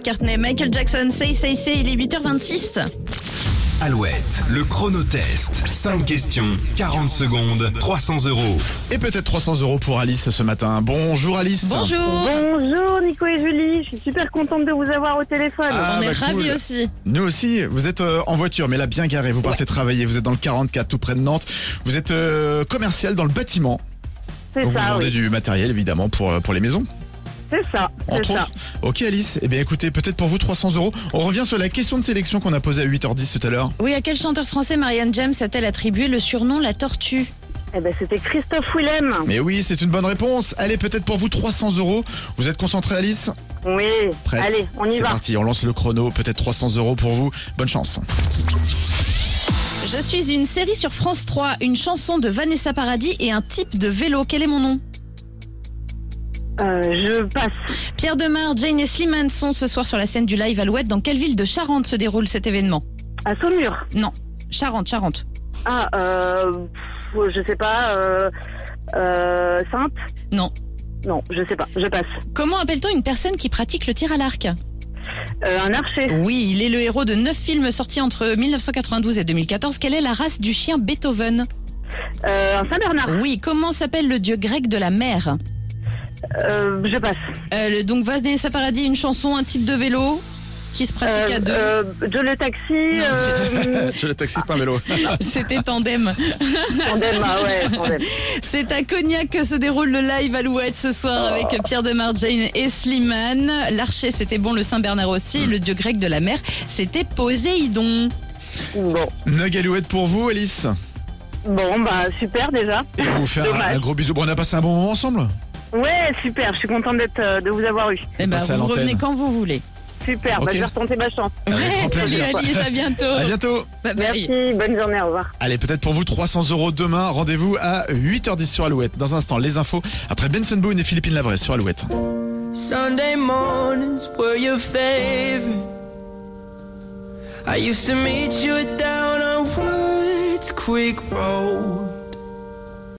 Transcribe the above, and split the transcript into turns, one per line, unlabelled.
McCartney, Michael Jackson, Say Say Say, il est 8h26.
Alouette, le chronotest. 5 questions, 40 secondes, 300 euros.
Et peut-être 300 euros pour Alice ce matin. Bonjour Alice.
Bonjour
Ah,
Bonjour Nico et Julie, je suis super contente de vous avoir au téléphone.
Ah,
On est
bah,
ravis
cool.
aussi.
Nous aussi, vous êtes euh, en voiture, mais là bien garé. Vous partez travailler. Vous êtes dans le 44, tout près de Nantes. Vous êtes euh, commercial dans le bâtiment.
c'est
Donc vous
ça,
vendez
oui.
du matériel évidemment pour euh, pour les maisons,
C'est ça, c'est
entre
ça.
autres. Ok Alice. Eh bien écoutez, peut-être pour vous 300 euros. On revient sur la question de sélection qu'on a posée à 8h10 tout à l'heure.
Oui, à quel chanteur français Marianne James a-t-elle attribué le surnom La Tortue
Eh ben, c'était Christophe Willem.
Mais oui, c'est une bonne réponse. Allez, peut-être pour vous 300 euros. Vous êtes concentré Alice
Oui.
Prête
Allez, on y
C'est
va.
parti. On lance le chrono. Peut-être 300 euros pour vous. Bonne chance.
Je suis une série sur France 3, une chanson de Vanessa Paradis et un type de vélo. Quel est mon nom
Euh, je passe.
Pierre Demar, Jane et Slimane sont ce soir sur la scène du live Alouette. Dans quelle ville de Charente se déroule cet événement
À Saumur.
Non, Charente, Charente.
Ah, euh, pff, je sais pas. Euh, euh, Sainte
Non.
Non, je sais pas. Je passe.
Comment appelle-t-on une personne qui pratique le tir à l'arc
Euh, un archer.
Oui, il est le héros de neuf films sortis entre 1992 et 2014. Quelle est la race du chien Beethoven
Euh, un Saint-Bernard.
Oui, comment s'appelle le dieu grec de la mer
Euh, je passe.
Euh, le- Donc Vanessa Paradis, une chanson, un type de vélo qui se pratique à
Euh,
deux.
euh, de le taxi. euh,
Je le taxi pas un vélo.
C'était tandem.
tandem, ah ouais, tandem.
C'est à Cognac que se déroule le live Alouette ce
Oh.
soir avec Pierre Demar, Jane et Slimane. L'archer, c'était bon, le Saint-Bernard aussi.
Mm.
Le dieu grec de la mer, c'était Poséidon.
Bon.
Nug Alouette pour vous, Alice.
Bon, bah, super déjà.
Et on vous faire un,
Dommage.
un gros bisou. Bon, on a passé un bon moment ensemble
Ouais, super. Je suis contente d'être, euh, de vous avoir eu.
Eh ben,
Passez Bah, à
vous
l'antenne.
revenez quand vous voulez.
Super.
Ok.
Bah, je vais retenter ma chance.
Avec
Ouais,
grand
salut
plaisir.
Alice, à bientôt.
À bientôt.
Bye bye.
Merci. Bonne journée. Au revoir.
Allez, peut-être pour vous 300 euros demain. Rendez-vous à 8h10 sur Alouette. Dans un instant, les infos. Après Benson Boone et Philippine Lavresse sur Alouette.
Sunday mornings were your favorite. I used to meet you down on Woods Creek Road.